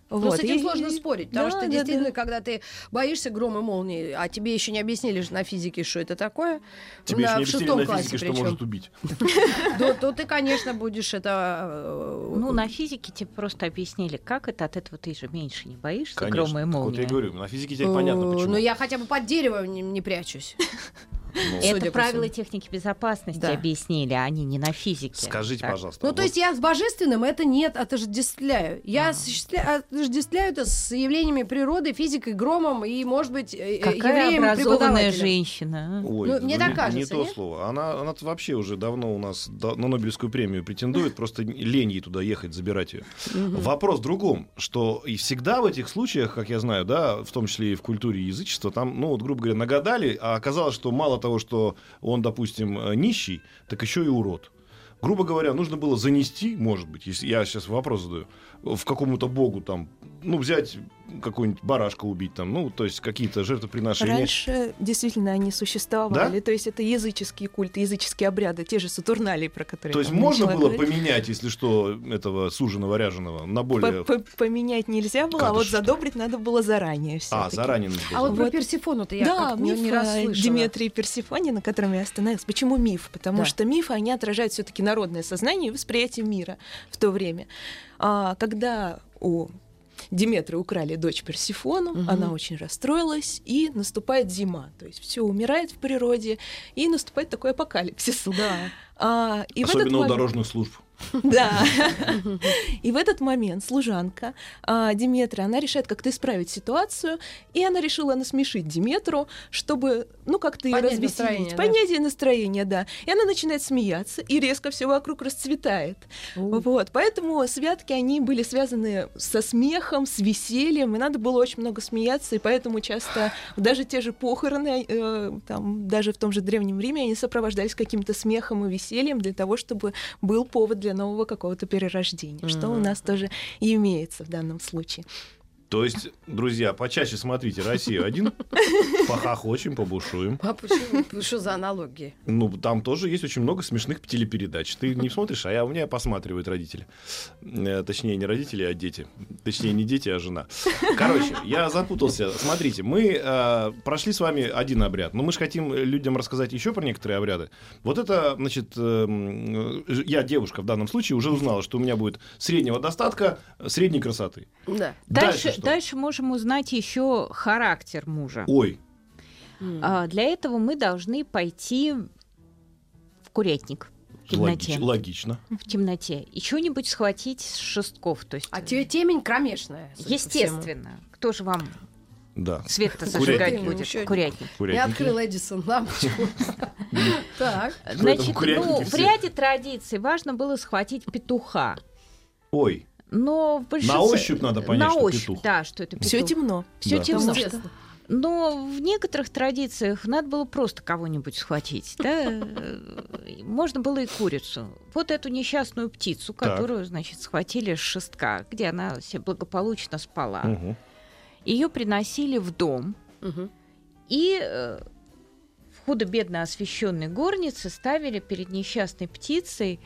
S2: Ну, с этим сложно спорить, потому что действительно,
S5: действительно
S2: когда ты боишься грома и молнии, а тебе еще не объяснили же на физике, что это такое,
S3: Тебе
S2: на-
S3: еще не
S2: в шестом
S3: объяснили на
S2: классе
S3: физике, что
S2: причем,
S3: может убить.
S2: то, то ты, конечно, будешь это... э,
S6: Ну, на физике тебе просто объяснили, как это, от этого ты же меньше не боишься грома и
S3: Так Вот я и
S6: молнии.
S3: говорю, на физике теперь понятно,
S2: э,
S3: почему.
S2: Ну, я хотя бы под дерево не, не прячусь.
S3: Ну,
S2: Судя
S4: Это
S2: по
S4: правила
S2: всему.
S4: техники безопасности
S2: Да.
S4: объяснили, а они не на физике.
S3: Скажите,
S4: Так.
S3: пожалуйста. а
S2: Ну, то
S3: вот
S2: есть я с божественным это нет отождествляю. Я
S4: А.
S2: осуществля- отождествляю это с явлениями природы, физикой, громом и, может быть, э, э,
S4: Какая
S2: евреем и
S4: образованная
S2: преподавателем.
S4: женщина. а?
S3: Ой,
S2: Ну, мне
S3: не-
S2: так
S3: не,
S2: кажется,
S3: то
S2: нет?
S3: слово. Она, она вообще уже давно у нас до- на Нобелевскую
S2: (laughs)
S3: премию претендует, просто лень ей туда ехать, забирать ее. Вопрос в другом, что и всегда в этих случаях, как я знаю, да, в том числе и в культуре язычества, там, ну, вот, грубо говоря, нагадали, а оказалось, что мало того, что он, допустим, э, нищий, так еще и урод. Грубо говоря, нужно было занести, может быть, если я сейчас вопрос задаю, в какому-то богу там, ну, взять какую-нибудь барашка убить там, ну, то есть какие-то жертвоприношения.
S5: Раньше действительно они существовали, то есть это языческие культы, языческие обряды, те же сатурналии, про которые
S3: То есть
S5: там
S3: можно
S5: начала
S3: было
S5: говорить.
S3: поменять, если что, этого суженого ряженого на более...
S5: П- п- Поменять нельзя было, а
S3: Как
S5: вот
S3: же, что ли?
S5: задобрить надо было заранее все.
S3: А, заранее надо было.
S2: А вот про
S5: Вот.
S2: Персифону-то я
S5: Да,
S2: как-то не-
S5: миф
S2: не
S4: э,
S2: раз
S5: о
S2: слышала.
S5: Деметрии и Персифоне, на котором я остановилась. Почему миф? Потому
S2: Да.
S5: что мифы, они отражают все таки народное сознание и восприятие мира в то время. А, когда у Деметры украли дочь Персифону,
S2: Мгм.
S5: она очень расстроилась, и наступает зима. То есть все умирает в природе, и наступает такой апокалипсис.
S2: Да.
S5: А, и в этот
S3: Особенно у
S5: момент-
S3: дорожных служб.
S5: да. (laughs) И в этот момент служанка а, Диметра, она решает как-то исправить ситуацию, и она решила насмешить Диметру, чтобы, ну, как-то ее
S2: Поднять
S5: развеселить,
S2: настроение, да.
S5: поднять ей настроение, да. И она начинает смеяться, и резко все вокруг расцветает. Вот, поэтому святки, они были связаны со смехом, с весельем, и надо было очень много смеяться, и
S3: (sighs)
S5: поэтому часто даже те же похороны, э, там, даже в том же Древнем Риме, они сопровождались каким-то смехом и весельем для того, чтобы был повод для нового какого-то перерождения, что у нас тоже имеется в данном случае.
S3: То есть, друзья, почаще смотрите
S5: (laughs)
S3: «Россию-1», похохочем, побушуем.
S2: А почему? Что за аналогии?
S3: Ну, там тоже есть очень много смешных телепередач. Ты не смотришь, а я, у меня посматривают родители. Э, Точнее, не родители, а дети. Точнее, не дети, а жена. Короче, я запутался. Смотрите, мы э, прошли с вами один обряд, но мы же хотим людям рассказать еще про некоторые обряды. Вот это, значит, эм, э, я, девушка, в данном случае, уже узнала, что у меня будет среднего достатка, э, средней красоты.
S2: Да.
S3: Дальше,
S4: Дальше,
S3: что?
S4: дальше можем узнать еще характер мужа.
S3: Ой,
S4: А, для этого мы должны пойти в курятник в темноте.
S3: логич- логично.
S4: В темноте. И что-нибудь схватить с шестков. То есть,
S2: А тебе темень кромешная. судя по всему.
S4: естественно. Кто же вам
S3: Да.
S4: свет-то
S2: Слушай,
S4: зажигать
S2: ты
S4: будет?
S2: ничего не-
S4: Курятник.
S2: Я
S3: Курятники.
S2: открыла Эдисон
S3: (laughs)
S2: лампочку. Так.
S3: этом
S4: Значит, ну,
S3: курятнике
S4: в
S3: все.
S4: ряде традиций важно было схватить петуха.
S3: Ой,
S4: Но в большинстве...
S3: ощупь надо понять,
S4: На
S3: что
S4: ощупь,
S3: петух.
S4: да, что это петух.
S5: Все темно.
S4: Всё
S3: Да.
S4: темно.
S2: Естественно.
S4: Но в некоторых традициях надо было просто кого-нибудь схватить. Да? (laughs) Э, Можно было и курицу. Вот эту несчастную птицу,
S3: Так.
S4: которую, значит, схватили с шестка, где она себе благополучно спала.
S3: Мгм.
S4: Ее приносили в дом,
S2: Мгм.
S4: и э, в худо-бедно освещенной горнице ставили перед несчастной птицей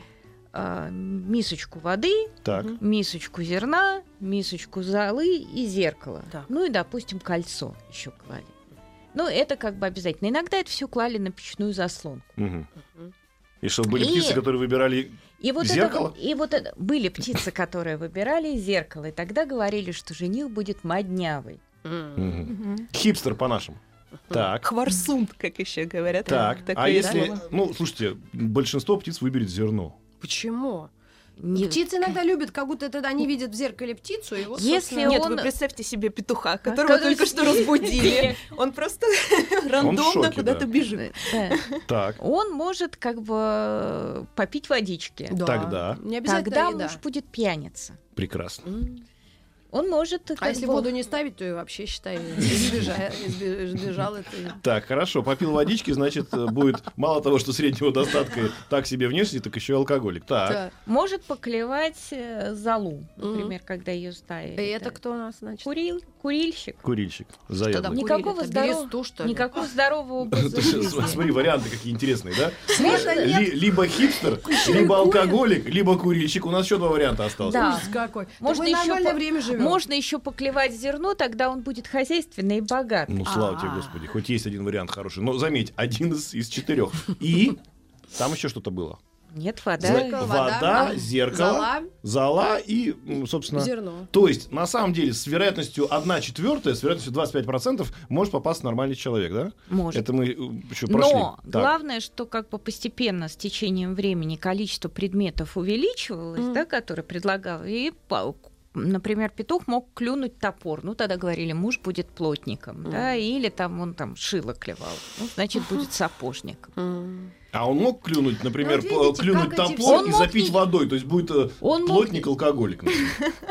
S4: э, мисочку воды,
S3: так.
S4: мисочку зерна, мисочку золы и зеркало.
S2: Так.
S4: Ну и, допустим, кольцо еще клали. Ну, это как бы обязательно. Иногда это все клали на печную заслонку.
S3: Мгм.
S2: Мгм.
S3: И что, были
S4: И-
S3: птицы, которые выбирали...
S4: И вот
S3: Зеркало?
S4: Это, и вот это, были птицы, которые выбирали зеркало, и тогда говорили, что жених будет моднявый.
S2: Мгм.
S3: Мгм.
S5: Мгм.
S3: Хипстер по-нашему. Так.
S5: Хварсунт, как еще говорят.
S3: Так, а
S5: Такое
S3: если...
S5: слово.
S3: Ну, слушайте, большинство птиц
S2: (laughs)
S3: выберет зерно.
S2: Почему?
S4: Не-
S2: Птицы иногда любят, как будто это они видят в зеркале птицу. И вот,
S4: Если
S2: собственно,
S5: Нет,
S4: он- А
S5: вы представьте себе петуха, которого
S4: который
S5: только
S4: (laughs)
S5: что разбудили. Он просто рандомно
S3: шоке,
S5: куда-то
S3: да.
S5: бежит.
S4: Да.
S3: Так.
S4: Он может как бы попить водички.
S2: Да.
S3: Тогда.
S2: Не обязательно
S4: Тогда
S2: еда.
S4: муж будет пьяница.
S3: Прекрасно.
S2: М.
S4: Он может...
S2: А
S4: как
S2: если
S4: бы-
S2: воду не ставить, то и вообще, (laughs) считай, избежа- избе- избежал это.
S3: Так, хорошо, попил водички, значит, э, будет мало того, что среднего достатка и так себе внешне, так еще и алкоголик. Так,
S2: Да.
S4: Может поклевать э, залу,
S2: Мгм.
S4: например, когда ее ставили.
S2: И это
S4: да.
S2: кто у нас, значит?
S4: Курил, курильщик.
S3: курильщик,
S2: Что там
S3: заядлый.
S4: Никакого
S2: курили-то?
S4: здорового-
S2: Бересту, что ли? (laughs)
S4: Никакого здорового
S3: То
S4: образа
S3: есть,
S4: жизни.
S3: Смотри, варианты какие интересные, да?
S2: Света нет.
S3: Ли- Либо хипстер, либо алкоголик, либо курильщик. У нас еще два варианта осталось.
S4: Да.
S2: Ужас какой. Можно
S4: Можно ещё
S2: нормальное
S4: по-
S2: время живем.
S4: Можно еще поклевать зерно, тогда он будет хозяйственный и богат.
S3: Ну, слава тебе,
S2: А.
S3: Господи, хоть есть один вариант хороший. Но заметь, один из, из четырех. И там еще что-то было.
S4: Нет, вода.
S2: Зеркало.
S3: вода,
S2: вода,
S3: зеркало,
S2: Зала,
S3: зала и, м, собственно...
S2: зерно.
S3: То есть, на самом деле, с вероятностью 1 четвертая, с вероятностью 25% может попасть нормальный человек, да?
S4: Может.
S3: Это мы еще прошли.
S4: Но
S3: Так.
S4: главное, что как бы постепенно с течением времени количество предметов увеличивалось,
S5: Мгм.
S4: да, которые предлагал, и па- например, петух мог клюнуть топор. Ну, тогда говорили, муж будет плотником, да, или там он там шило клевал. Ну, значит, будет сапожником.
S3: А он мог клюнуть, например,
S2: Ну,
S3: п-
S2: видите,
S3: клюнуть
S2: как эти
S3: топор
S2: все-
S3: и
S2: Он
S7: мог
S3: запить
S7: не-
S3: водой, то есть будет э,
S4: Он мог-
S3: плотник-алкоголик. например.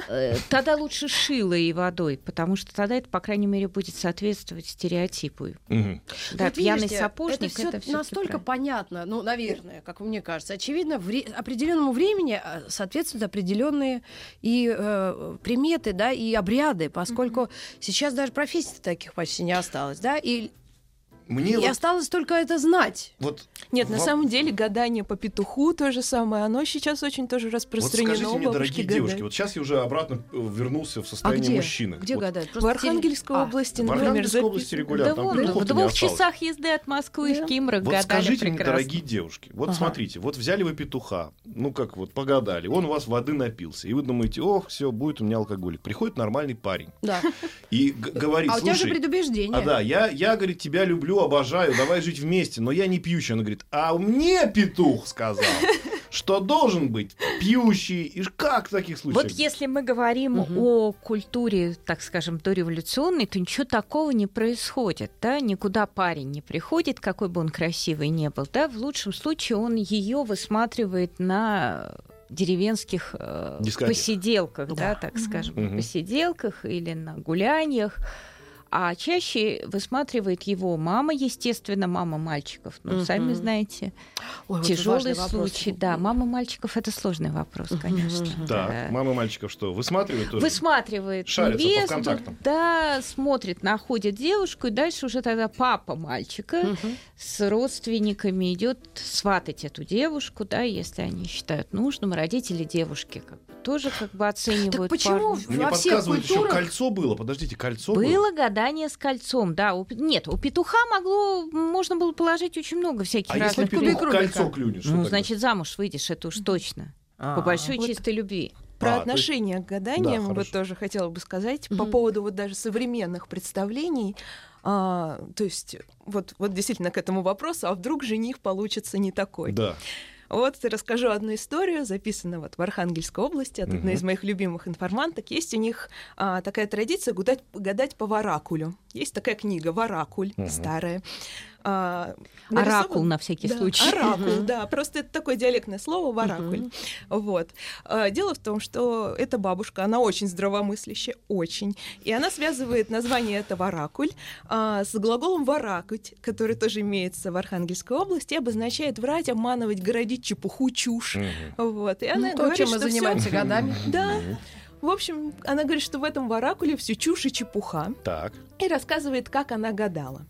S4: Э, Тогда лучше шило и водой, потому что тогда это, по крайней мере, будет соответствовать стереотипу.
S3: Мгм.
S4: Да,
S2: Вот
S4: пьяный
S2: видите,
S4: сапожник
S2: это все
S4: всё-таки
S2: настолько
S4: правильно.
S2: понятно, ну, наверное, как мне кажется. Очевидно, вре- определенному времени э, соответствуют определенные и э, приметы, да, и обряды, поскольку сейчас даже профессий таких почти не осталось, да, и,
S3: Мне
S2: и
S3: вот-
S2: осталось только это знать.
S3: вот
S5: Нет, на
S3: Во-
S5: самом деле гадание по петуху то же самое. Оно сейчас очень тоже
S3: Вот
S5: распространено.
S3: скажите мне,
S5: бабушки
S3: дорогие
S5: гадают.
S3: девушки, вот сейчас я уже обратно э, вернулся в
S2: А
S3: состояние
S2: где?
S3: мужчины.
S2: Где
S3: Вот
S2: гадают?
S5: В
S2: Просто теле-
S5: Архангельской
S2: А,
S5: области,
S3: В
S5: например,
S3: Архангельской
S5: записано.
S3: области регулярно,
S4: Да
S3: там
S4: вон,
S3: петухов-то
S4: в
S3: не
S4: двух
S3: осталось.
S4: часах езды от Москвы
S5: Да.
S4: в Кимрах
S3: Вот
S4: гадали
S3: скажите мне,
S4: прекрасно.
S3: дорогие девушки, вот
S4: Ага.
S3: смотрите, вот взяли вы петуха, ну как вот, погадали, он у вас воды напился, и вы думаете, ох, все, будет у меня алкоголик. Приходит нормальный парень
S2: Да.
S3: и г- говорит,
S2: А у тебя же
S3: слушай,
S2: предубеждение.
S3: а да, я, я, говорит, тебя люблю, обожаю, давай жить вместе, но я не пьющий. Она говорит, а мне петух сказал, что должен быть пьющий. И ж как в таких случаях?
S4: Вот если мы говорим
S2: Мгм.
S4: о культуре, так скажем, дореволюционной, то ничего такого не происходит, да, никуда парень не приходит, какой бы он красивый ни был, да, в лучшем случае он ее высматривает на деревенских э,
S3: Дискотеках.
S4: посиделках, да, так скажем,
S3: Мгм.
S4: посиделках или на гуляньях. А чаще высматривает его мама, естественно, мама мальчиков. Ну, сами
S2: Мгм.
S4: знаете.
S2: Ой, вот
S4: Тяжелый
S2: важный вопрос.
S4: случай, да. Мама мальчиков это сложный вопрос, конечно. Да.
S3: Так, мама мальчиков что, высматривает тоже?
S4: Высматривает
S3: Шарится по
S4: невесту,
S3: контактам.
S4: да, смотрит, находит девушку, и дальше уже тогда папа мальчика
S2: Мгм.
S4: с родственниками идет сватать эту девушку, да, если они считают нужным. Родители девушки как бы тоже как бы
S2: Так
S4: оценивают.
S2: почему
S4: парня.
S3: Мне
S2: во всех
S3: подсказывают, еще
S2: культурах
S3: кольцо было. Подождите, кольцо было?
S4: Было гадание с кольцом, да. у п- нет, у петуха могло, можно было положить очень много всяких
S3: А если
S4: разных
S3: петух
S4: кубиков.
S3: кольцо клюнет? что
S4: Ну,
S3: тогда?
S4: значит, замуж выйдешь, это уж точно.
S5: А.
S2: А,
S4: По большой чистой любви.
S5: Про
S3: А, то есть-
S5: отношение к
S3: Да,
S5: гаданиям вот
S3: хорошо.
S5: тоже хотела бы сказать по
S2: Мгм.
S5: поводу вот даже современных представлений. А, то есть вот, вот действительно к этому вопросу, а вдруг жених получится не такой?
S3: Да.
S5: Вот расскажу одну историю, записанную вот в Архангельской области от
S3: Мгм.
S5: одной из моих любимых информанток. Есть у них а, такая традиция гудать- гадать по варакулю. Есть такая книга «Варакуль»
S3: Мгм.
S5: старая. А,
S4: Оракул
S5: нарисован-
S4: на всякий
S5: Да,
S4: случай.
S5: Оракул,
S2: Мгм.
S5: да. Просто это такое диалектное слово варакуль.
S2: Мгм.
S5: Вот. А, Дело в том, что эта бабушка, она очень здравомыслящая, очень. И она связывает название это варакуль а, с глаголом варакуть, который тоже имеется в Архангельской области, и обозначает врать, обманывать, городить чепуху, чушь.
S3: Мгм.
S5: Вот. И
S2: Ну,
S5: она
S2: то,
S5: говорит,
S2: чем мы
S5: что всё-
S2: занимаемся годами.
S5: Да. В общем, она говорит, что в этом варакуле все чушь и чепуха
S3: Так.
S5: и рассказывает, как она гадала.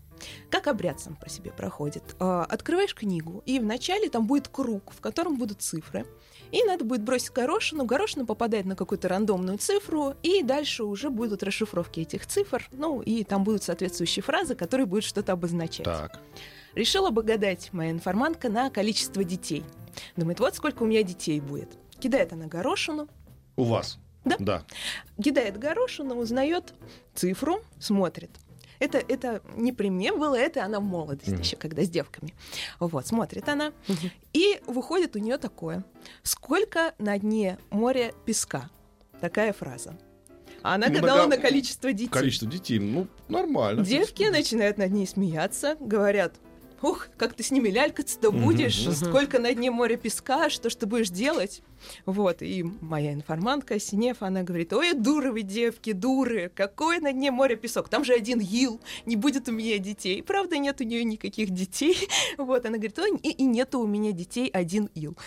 S5: Как обряд сам по себе проходит. А, Открываешь книгу, и вначале там будет круг, в котором будут цифры. И надо будет бросить горошину. Горошина попадает на какую-то рандомную цифру, и дальше уже будут расшифровки этих цифр. Ну, и там будут соответствующие фразы, которые будут что-то обозначать.
S3: Так.
S5: Решила бы гадать моя информантка на количество детей. Думает, вот сколько у меня детей будет. Кидает она горошину,
S3: У вас.
S5: Да.
S3: Да.
S5: кидает горошину, узнает цифру, смотрит. Это, это не при мне было, это она в молодости
S3: Мгм.
S5: еще, когда с девками. Вот, смотрит она. И выходит у нее такое. Сколько на дне моря песка? Такая фраза. А она
S3: Много-
S5: гадала на количество детей.
S3: Количество детей, ну, нормально.
S5: Девки начинают над ней смеяться, говорят, ух, как ты с ними лялькаться-то
S3: Мгм,
S5: будешь,
S2: мгм.
S5: сколько на дне моря песка, что ж ты будешь делать? Вот, и моя информантка Синев, она говорит, ой, дуры вы, девки, дуры, какой на дне моря песок, там же один ил, не будет у меня детей. Правда, нет у нее никаких детей. (laughs) Вот, она говорит, ой, и, и нету у меня детей один ил.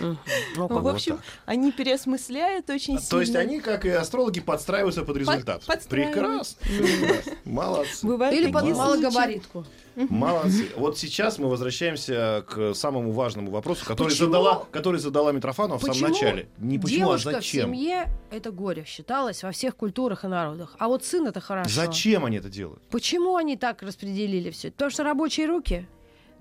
S2: Ну,
S5: в общем, они переосмысляют очень сильно.
S3: А, То есть они, как и астрологи, подстраиваются под результат.
S5: подстраиваются.
S3: Прекрасно. прекрасно. Молодцы.
S5: Бывают
S2: Или под
S5: такие случаи.
S2: малогабаритку.
S3: Молодцы. Вот сейчас мы возвращаемся к самому важному вопросу, который
S2: Почему?
S3: задала, который задала Митрофанова в самом
S2: Почему
S3: начале. Не почему, а
S2: Девушка в
S3: зачем?
S2: семье это горе считалось во всех культурах и народах. А вот сын это хорошо.
S3: Зачем они это делают?
S2: Почему они так распределили все? Потому что рабочие руки.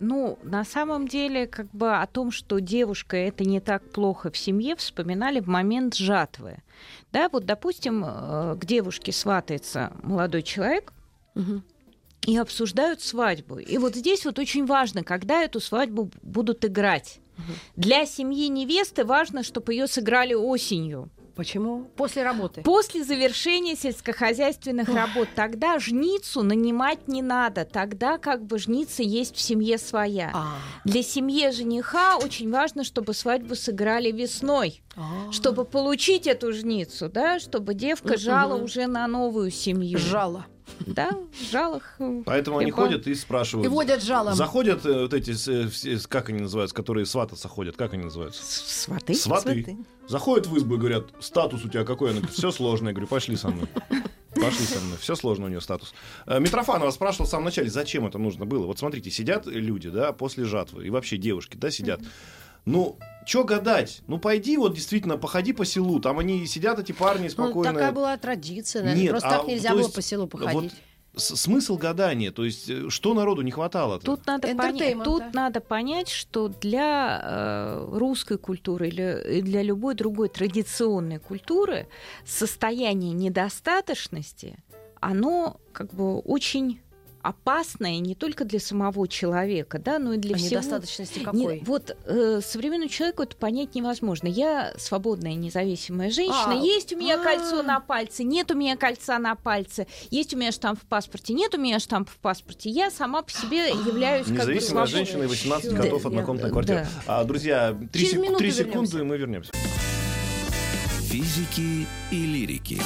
S4: Ну, на самом деле, как бы о том, что девушка это не так плохо в семье, вспоминали в момент жатвы. Да, вот, допустим, э, к девушке сватается молодой человек,
S8: Мгм.
S4: и обсуждают свадьбу. И вот здесь вот очень важно, когда эту свадьбу будут играть. Для семьи невесты важно, чтобы ее сыграли осенью,
S2: Почему? После работы.
S4: после завершения сельскохозяйственных работ. Тогда жницу нанимать не надо, тогда как бы жница есть в семье своя.
S2: А.
S4: Для семьи жениха очень важно, чтобы свадьбу сыграли весной,
S2: А.
S4: чтобы получить эту жницу, да, чтобы девка жала уже на новую семью.
S2: Жало.
S4: Да, жала. х-
S3: Поэтому они
S4: Прикол.
S3: ходят и спрашивают.
S2: И водят жалом.
S3: Заходят э, вот эти, с- э, все, с- как они называются, которые свататься ходят, как они называются?
S4: с- Сваты.
S3: Сваты. Заходят в избу и говорят, статус у тебя какой? Она говорит, все сложно. Я говорю, пошли со мной. Пошли со мной. Все сложно у нее статус. Э, Митрофанова спрашивала в самом начале, зачем это нужно было. Вот смотрите, сидят люди, да, после жатвы, и вообще девушки, да, сидят. Ну, чё гадать? Ну, пойди вот действительно, походи по селу. Там они сидят, эти парни,
S2: Ну,
S3: спокойно.
S4: а
S2: такая была традиция, наверное.
S3: Нет,
S2: Просто
S3: а
S2: так нельзя
S3: то
S2: было
S3: есть
S2: по селу походить.
S3: С- смысл гадания, то есть э, что народу не хватало?
S4: Тут надо, поня-
S2: Entertainment,
S4: тут
S2: да.
S4: надо понять, что для э, русской культуры или и для любой другой традиционной культуры состояние недостаточности, оно как бы очень опасное не только для самого человека, да, но и для
S2: А
S4: всего.
S2: недостаточности
S4: Не-
S2: какой?
S4: вот э, современному человеку это понять невозможно. Я свободная, независимая женщина.
S2: А,
S4: есть у меня
S2: а.
S4: кольцо на пальце, нет у меня кольца на пальце, есть у меня штамп в паспорте, нет у меня штамп в паспорте. Я сама по (gasps) себе являюсь как бы
S3: Независимая
S4: свободной.
S3: женщина и 18
S4: Да,
S3: котов
S4: я-
S3: однокомнатной квартиры.
S4: да.
S3: А, друзья, 3,
S2: Через минуту
S3: секунды, и мы вернемся.
S1: Физики и лирики.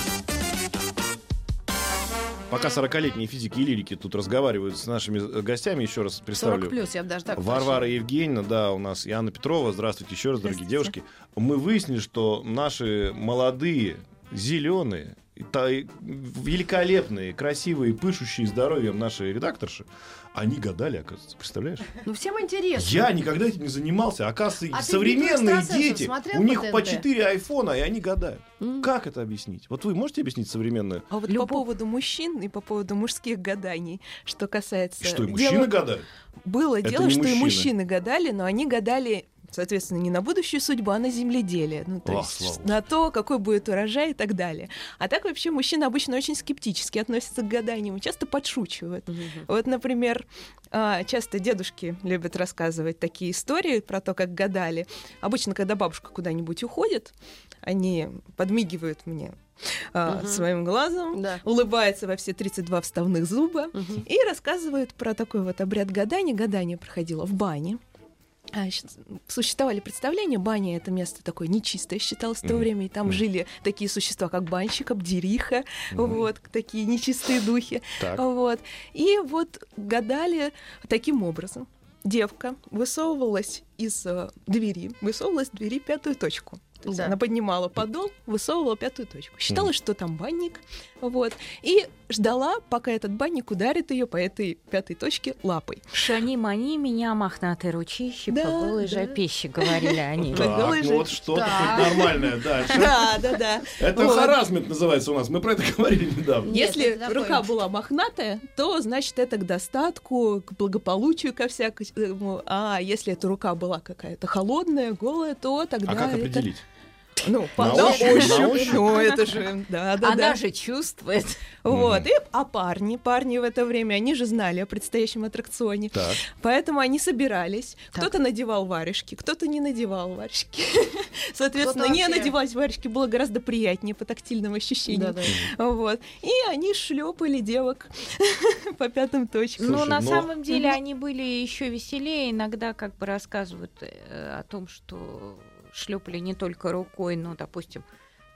S3: Пока 40-летние физики и лирики тут разговаривают с нашими э, гостями, еще раз
S2: 40
S3: представлю.
S2: плюс, я бы даже так
S3: Варвара Евгеньевна, да, у нас и Анна Петрова. Здравствуйте еще раз, дорогие девушки. Мы выяснили, что наши молодые, зеленые, и та- и великолепные, красивые, пышущие здоровьем наши редакторши, они гадали, оказывается, представляешь?
S2: пошла. Ну, всем интересно.
S3: Я никогда этим не занимался. Оказывается,
S2: А ты «Битву
S3: современные
S2: экстрасенсов»
S3: дети,
S2: смотрел
S3: у
S2: по
S3: них по
S2: ТНТ?
S3: 4 айфона, и они гадают.
S8: М.
S3: Как это объяснить? Вот вы можете объяснить современное?
S5: А вот
S8: Любовь.
S5: по поводу мужчин и по поводу мужских гаданий, что касается...
S3: И что, и
S5: дела-
S3: мужчины гадают?
S5: Было
S3: Это
S5: дело,
S3: не
S5: что и
S3: мужчины.
S5: мужчины гадали, но они гадали, соответственно, не на будущую судьбу, а на земледелие. Ну, то
S3: Ах, слава
S5: есть
S3: богу.
S5: на то, какой будет урожай и так далее. А так вообще мужчины обычно очень скептически относятся к гаданиям, часто подшучивают. Вот, например, а, часто дедушки любят рассказывать такие истории про то, как гадали. Обычно, когда бабушка куда-нибудь уходит, они подмигивают мне а,
S8: Мгм.
S5: своим глазом,
S2: Да.
S5: улыбается во все 32 вставных зуба
S8: Мгм.
S5: и рассказывает про такой вот обряд гадания. Гадание проходило в бане. А, щ- существовали представления, баня — это место такое нечистое считалось в то
S3: Мгм.
S5: время, и там
S3: Мгм.
S5: жили такие существа, как банщик, обдериха, вот, такие нечистые духи.
S3: Ну, Так.
S5: Вот. И вот гадали таким образом. Девка высовывалась из э, двери, высовывалась в двери пятую точку. То есть
S2: Да.
S5: Она поднимала подол, высовывала пятую точку. Считала, что там банник. Вот. И ждала, пока этот банник ударит ее по этой пятой точке лапой.
S3: (laughs)
S4: Шани-мани, меня мохнатые ручищи,
S5: Да,
S4: по голой
S5: да.
S4: жопище, говорили они.
S5: Да.
S3: Так,
S5: голые
S3: ну
S5: же-
S3: вот что-то
S2: Так.
S3: хоть
S2: (laughs)
S3: нормальное дальше.
S5: Да, да, да.
S3: Это
S5: Вот.
S3: харассмент называется у нас, мы про это говорили недавно.
S2: Нет,
S5: Если
S2: это такое.
S5: рука была мохнатая, то значит это к достатку, к благополучию, ко всякому. А если эта рука была какая-то холодная, голая, то тогда.
S3: А как
S5: это-
S3: определить?
S5: Ну, по-
S3: На
S5: на
S3: ощупь, на
S5: ощупь. Ну, это же, да, да,
S7: Она
S5: да.
S7: же чувствует.
S5: А Вот.
S3: Мгм.
S5: И, а парни, парни в это время, они же знали о предстоящем аттракционе.
S3: Так.
S5: Поэтому они собирались. Кто-то надевал варежки, кто-то не надевал варежки. (laughs) Соответственно,
S2: Кто-то
S5: не
S2: вообще-
S5: надевать варежки было гораздо приятнее по тактильным ощущениям. Вот. И они шлепали девок (laughs) по пятым точкам.
S4: Но
S3: Слушай,
S4: Ну, на
S3: но-
S4: самом деле они были еще веселее. Иногда как бы рассказывают э, о том, что шлепали не только рукой, но, допустим,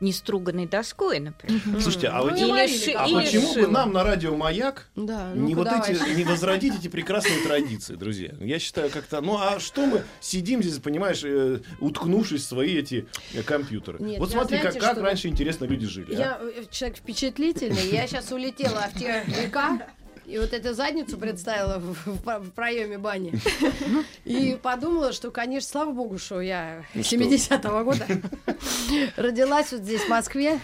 S4: неструганной доской, например.
S3: Слушайте, а
S2: Ну,
S3: вот
S2: и
S3: те-
S2: говорили,
S4: ши-
S2: как
S3: а
S4: или
S3: почему бы
S4: шило.
S3: нам на радио «Маяк»
S2: Да, ну
S3: не, вот эти, не возродить эти прекрасные традиции, друзья. Я считаю, как-то... Ну, а что мы сидим здесь, понимаешь, э, уткнувшись в свои эти э, компьютеры?
S2: Нет,
S3: вот
S2: я
S3: смотри,
S2: знаете,
S3: как, как
S2: что-
S3: раньше интересно люди жили. а?
S2: Я э, человек впечатлительный, я сейчас улетела в те века, И вот эту задницу представила в, в про- в проеме бани. И подумала, что, конечно, слава богу, что я
S3: Ну что?
S2: 70-го года родилась вот здесь, в Москве.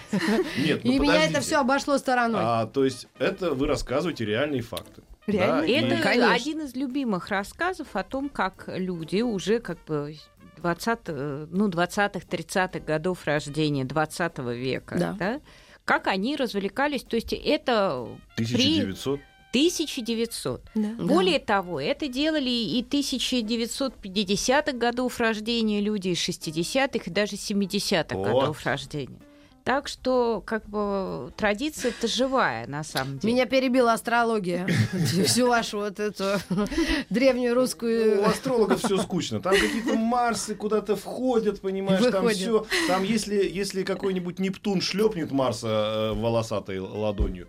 S3: Нет, ну
S2: И меня это
S3: подождите.
S2: все обошло стороной.
S3: А, то есть это вы рассказываете реальные факты.
S5: Реальные?
S3: Да, и-
S4: Это
S2: Конечно.
S4: один из любимых рассказов о том, как люди уже как бы 20, э, ну, 20-х, 30-х годов рождения 20 века,
S2: Да.
S4: да. как они развлекались. То есть это
S3: 1900.
S4: 1900.
S5: Да.
S4: Более того, это делали и 1950-х годов рождения люди, и 60-х, и даже 70-х
S3: Вот.
S4: годов рождения. Так что, как бы, традиция-то живая, на самом деле.
S2: Меня перебила астрология. (laughs) Всю вашу вот эту (laughs) древнюю
S3: Ну, У
S2: русскую...
S3: астрологов все скучно. Там какие-то Марсы куда-то входят, понимаешь, там
S2: Выходят.
S3: все. Там если, если какой-нибудь Нептун шлепнет Марса э, волосатой ладонью,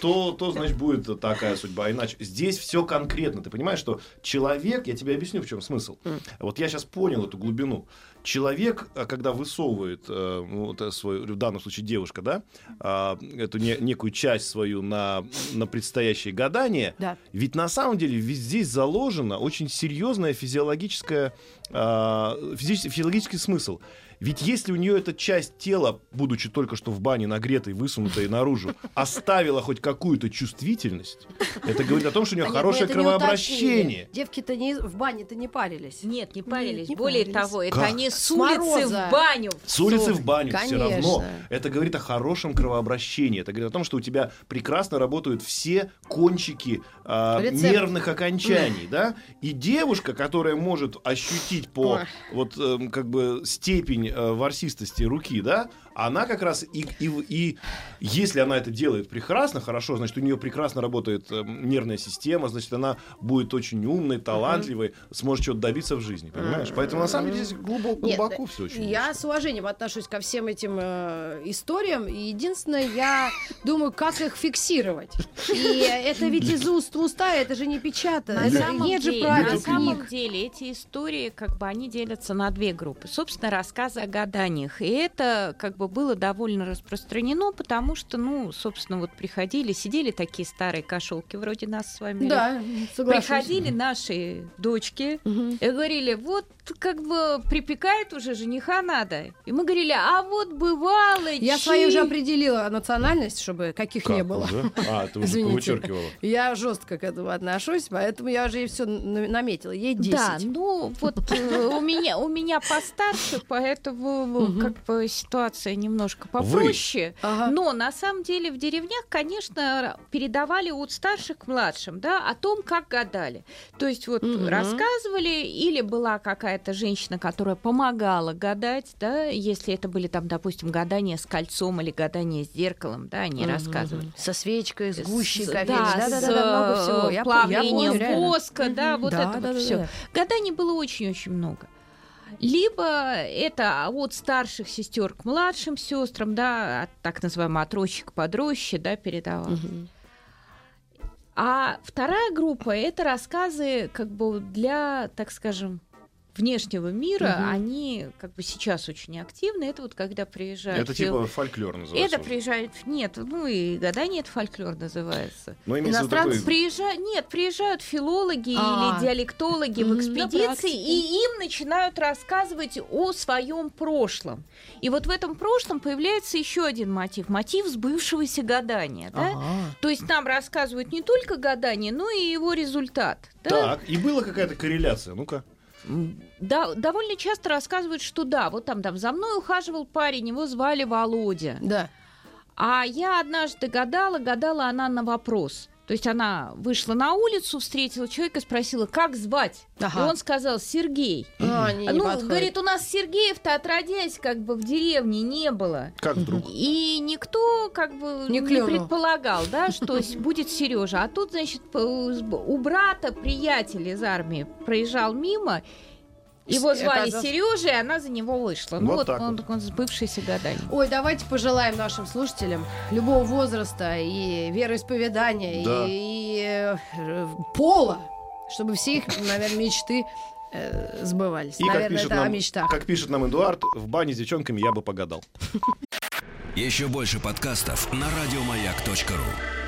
S3: то, то, значит, будет такая судьба. А Иначе здесь все конкретно. Ты понимаешь, что человек, я тебе объясню, в чем смысл. Вот я сейчас понял эту глубину. Человек, а, когда высовывает, э, ну, вот, э, свою, в данном случае девушка, да, а, эту не- некую часть свою на, на предстоящие гадания,
S2: Да.
S3: ведь на самом деле ведь здесь заложено очень серьезное физиологическое, а, физический, физиологический смысл. Ведь если у нее эта часть тела, будучи только что в бане нагретой, высунутой наружу, оставила хоть какую-то чувствительность, это говорит о том, что у нее
S2: Да А нет,
S3: хорошее
S2: мы это не уточнили.
S3: кровообращение. Ну,
S2: Девки-то не, в бане-то не парились.
S4: Нет, не
S5: Нет,
S4: парились.
S5: не
S4: Более
S5: парились.
S4: того, это
S3: Как?
S4: они с
S2: С
S4: улицы
S2: мороза.
S4: в баню.
S3: С улицы в баню все
S2: Конечно.
S3: равно. Это говорит о хорошем кровообращении. Это говорит о том, что у тебя прекрасно работают все кончики а,
S2: Рецепт.
S3: нервных окончаний, да? И девушка, которая может ощутить по
S2: Ой.
S3: вот эм, как бы степень э, ворсистости руки, да, она как раз и, и, и если она это делает прекрасно, хорошо, значит у нее прекрасно работает эм, нервная система, значит она будет очень умной, талантливой, сможет чего-то добиться в жизни, понимаешь? Поэтому на самом деле здесь глубоко,
S2: Нет,
S3: глубоко все очень.
S2: Я с уважением отношусь ко всем этим э, историям. И единственное, я (laughs) думаю, как их фиксировать. И это ведь из уст в уста, это же не печатано.
S4: На
S2: Это-
S4: самом,
S2: Нет
S4: деле,
S2: же
S4: на
S2: правил
S4: самом
S2: книг.
S4: деле эти истории, как бы они делятся на две группы. Собственно, рассказы о гаданиях. И это как бы было довольно распространено, потому что, ну, собственно, вот приходили, сидели такие старые кошелки вроде нас с вами.
S2: Да, соглашусь.
S4: Приходили наши дочки
S2: Мгм.
S4: и говорили, вот как бы припекает уже жениха надо. И мы говорили, а вот бывало.
S2: Я свою уже определила национальность, чтобы каких
S3: Как
S2: не было.
S3: уже? А, ты уже
S2: Извините.
S3: вычеркивала.
S2: Я жестко к этому отношусь, поэтому я уже все наметила. Ей 10.
S4: Да, ну вот э, у меня у меня постарше, поэтому
S2: Мгм. А.
S4: э, как бы ситуация немножко попроще.
S2: Ага.
S4: Но на самом деле в деревнях, конечно, ра- передавали от старших к младшим, да, о том, как гадали. То есть вот
S2: Мгм.
S4: рассказывали, или была какая-то женщина, которая помогала гадать, да, если это были там, допустим, гадания с кольцом или гадания с зеркалом, да, они
S2: Мгм.
S4: рассказывали.
S2: Со свечкой, с гущей
S4: С-
S2: кофейной.
S4: да,
S2: Да-да-да,
S4: с,
S2: много всего.
S4: э,
S2: Я по- я помню,
S4: плавлением
S2: реально.
S4: воска, да, вот
S2: Да, да,
S4: это
S2: да,
S4: вот все.
S2: да.
S4: Гаданий было очень-очень много. Либо это от старших сестер к младшим сестрам, да, от так называемого от рощи к подрощи, да, передавал.
S2: Мгм.
S4: А вторая группа это рассказы, как бы для, так скажем, внешнего мира.
S2: Мгм.
S4: Они как бы сейчас очень активны. Это вот когда приезжают.
S3: Это
S4: фил-
S3: типа фольклор называется.
S4: это приезжают, нет, ну и гадание это фольклор называется.
S3: Но имеется в виду
S2: иностранцы
S3: такой-
S4: Приезжают, нет, приезжают филологи
S2: А.
S4: или диалектологи
S2: М,
S4: в
S2: на
S4: экспедиции,
S2: практике.
S4: и им начинают рассказывать о своем прошлом. И вот в этом прошлом появляется еще один мотив, мотив сбывшегося гадания. Да? То есть нам рассказывают не только гадание, но и его результат. да?
S3: Так, и была какая-то корреляция, ну-ка.
S4: Да, довольно часто рассказывают, что да, вот там, там за мной ухаживал парень, его звали Володя.
S2: Да.
S4: А я однажды гадала, гадала она на вопрос. То есть она вышла на улицу, встретила человека, спросила, как звать.
S2: Ага.
S4: И он сказал, Сергей.
S2: А, не, не
S4: ну,
S2: подходит.
S4: говорит, у нас Сергеев-то отродясь как бы в деревне не было.
S3: Как вдруг?
S4: И никто как бы
S2: Не
S4: не,
S2: клюнул.
S4: предполагал,
S2: (laughs)
S4: да, что с- будет Сережа. А тут, значит, п- у брата приятель из армии проезжал мимо, его
S2: С-
S4: звали
S2: оказалось-
S4: Сережа, и она за него вышла. Ну
S3: Вот
S4: вот,
S3: так
S4: он,
S3: вот.
S4: он сбывшийся гаданием.
S2: Ой, давайте пожелаем нашим слушателям любого возраста и вероисповедания,
S3: Да.
S2: и, и, э, пола, чтобы все их, наверное, мечты э, сбывались.
S3: И как
S2: наверное,
S3: пишет,
S2: это о
S3: нам,
S2: мечтах.
S3: как пишет нам Эдуард, в бане с девчонками я бы погадал.
S1: Еще больше подкастов на радиомаяк.ру.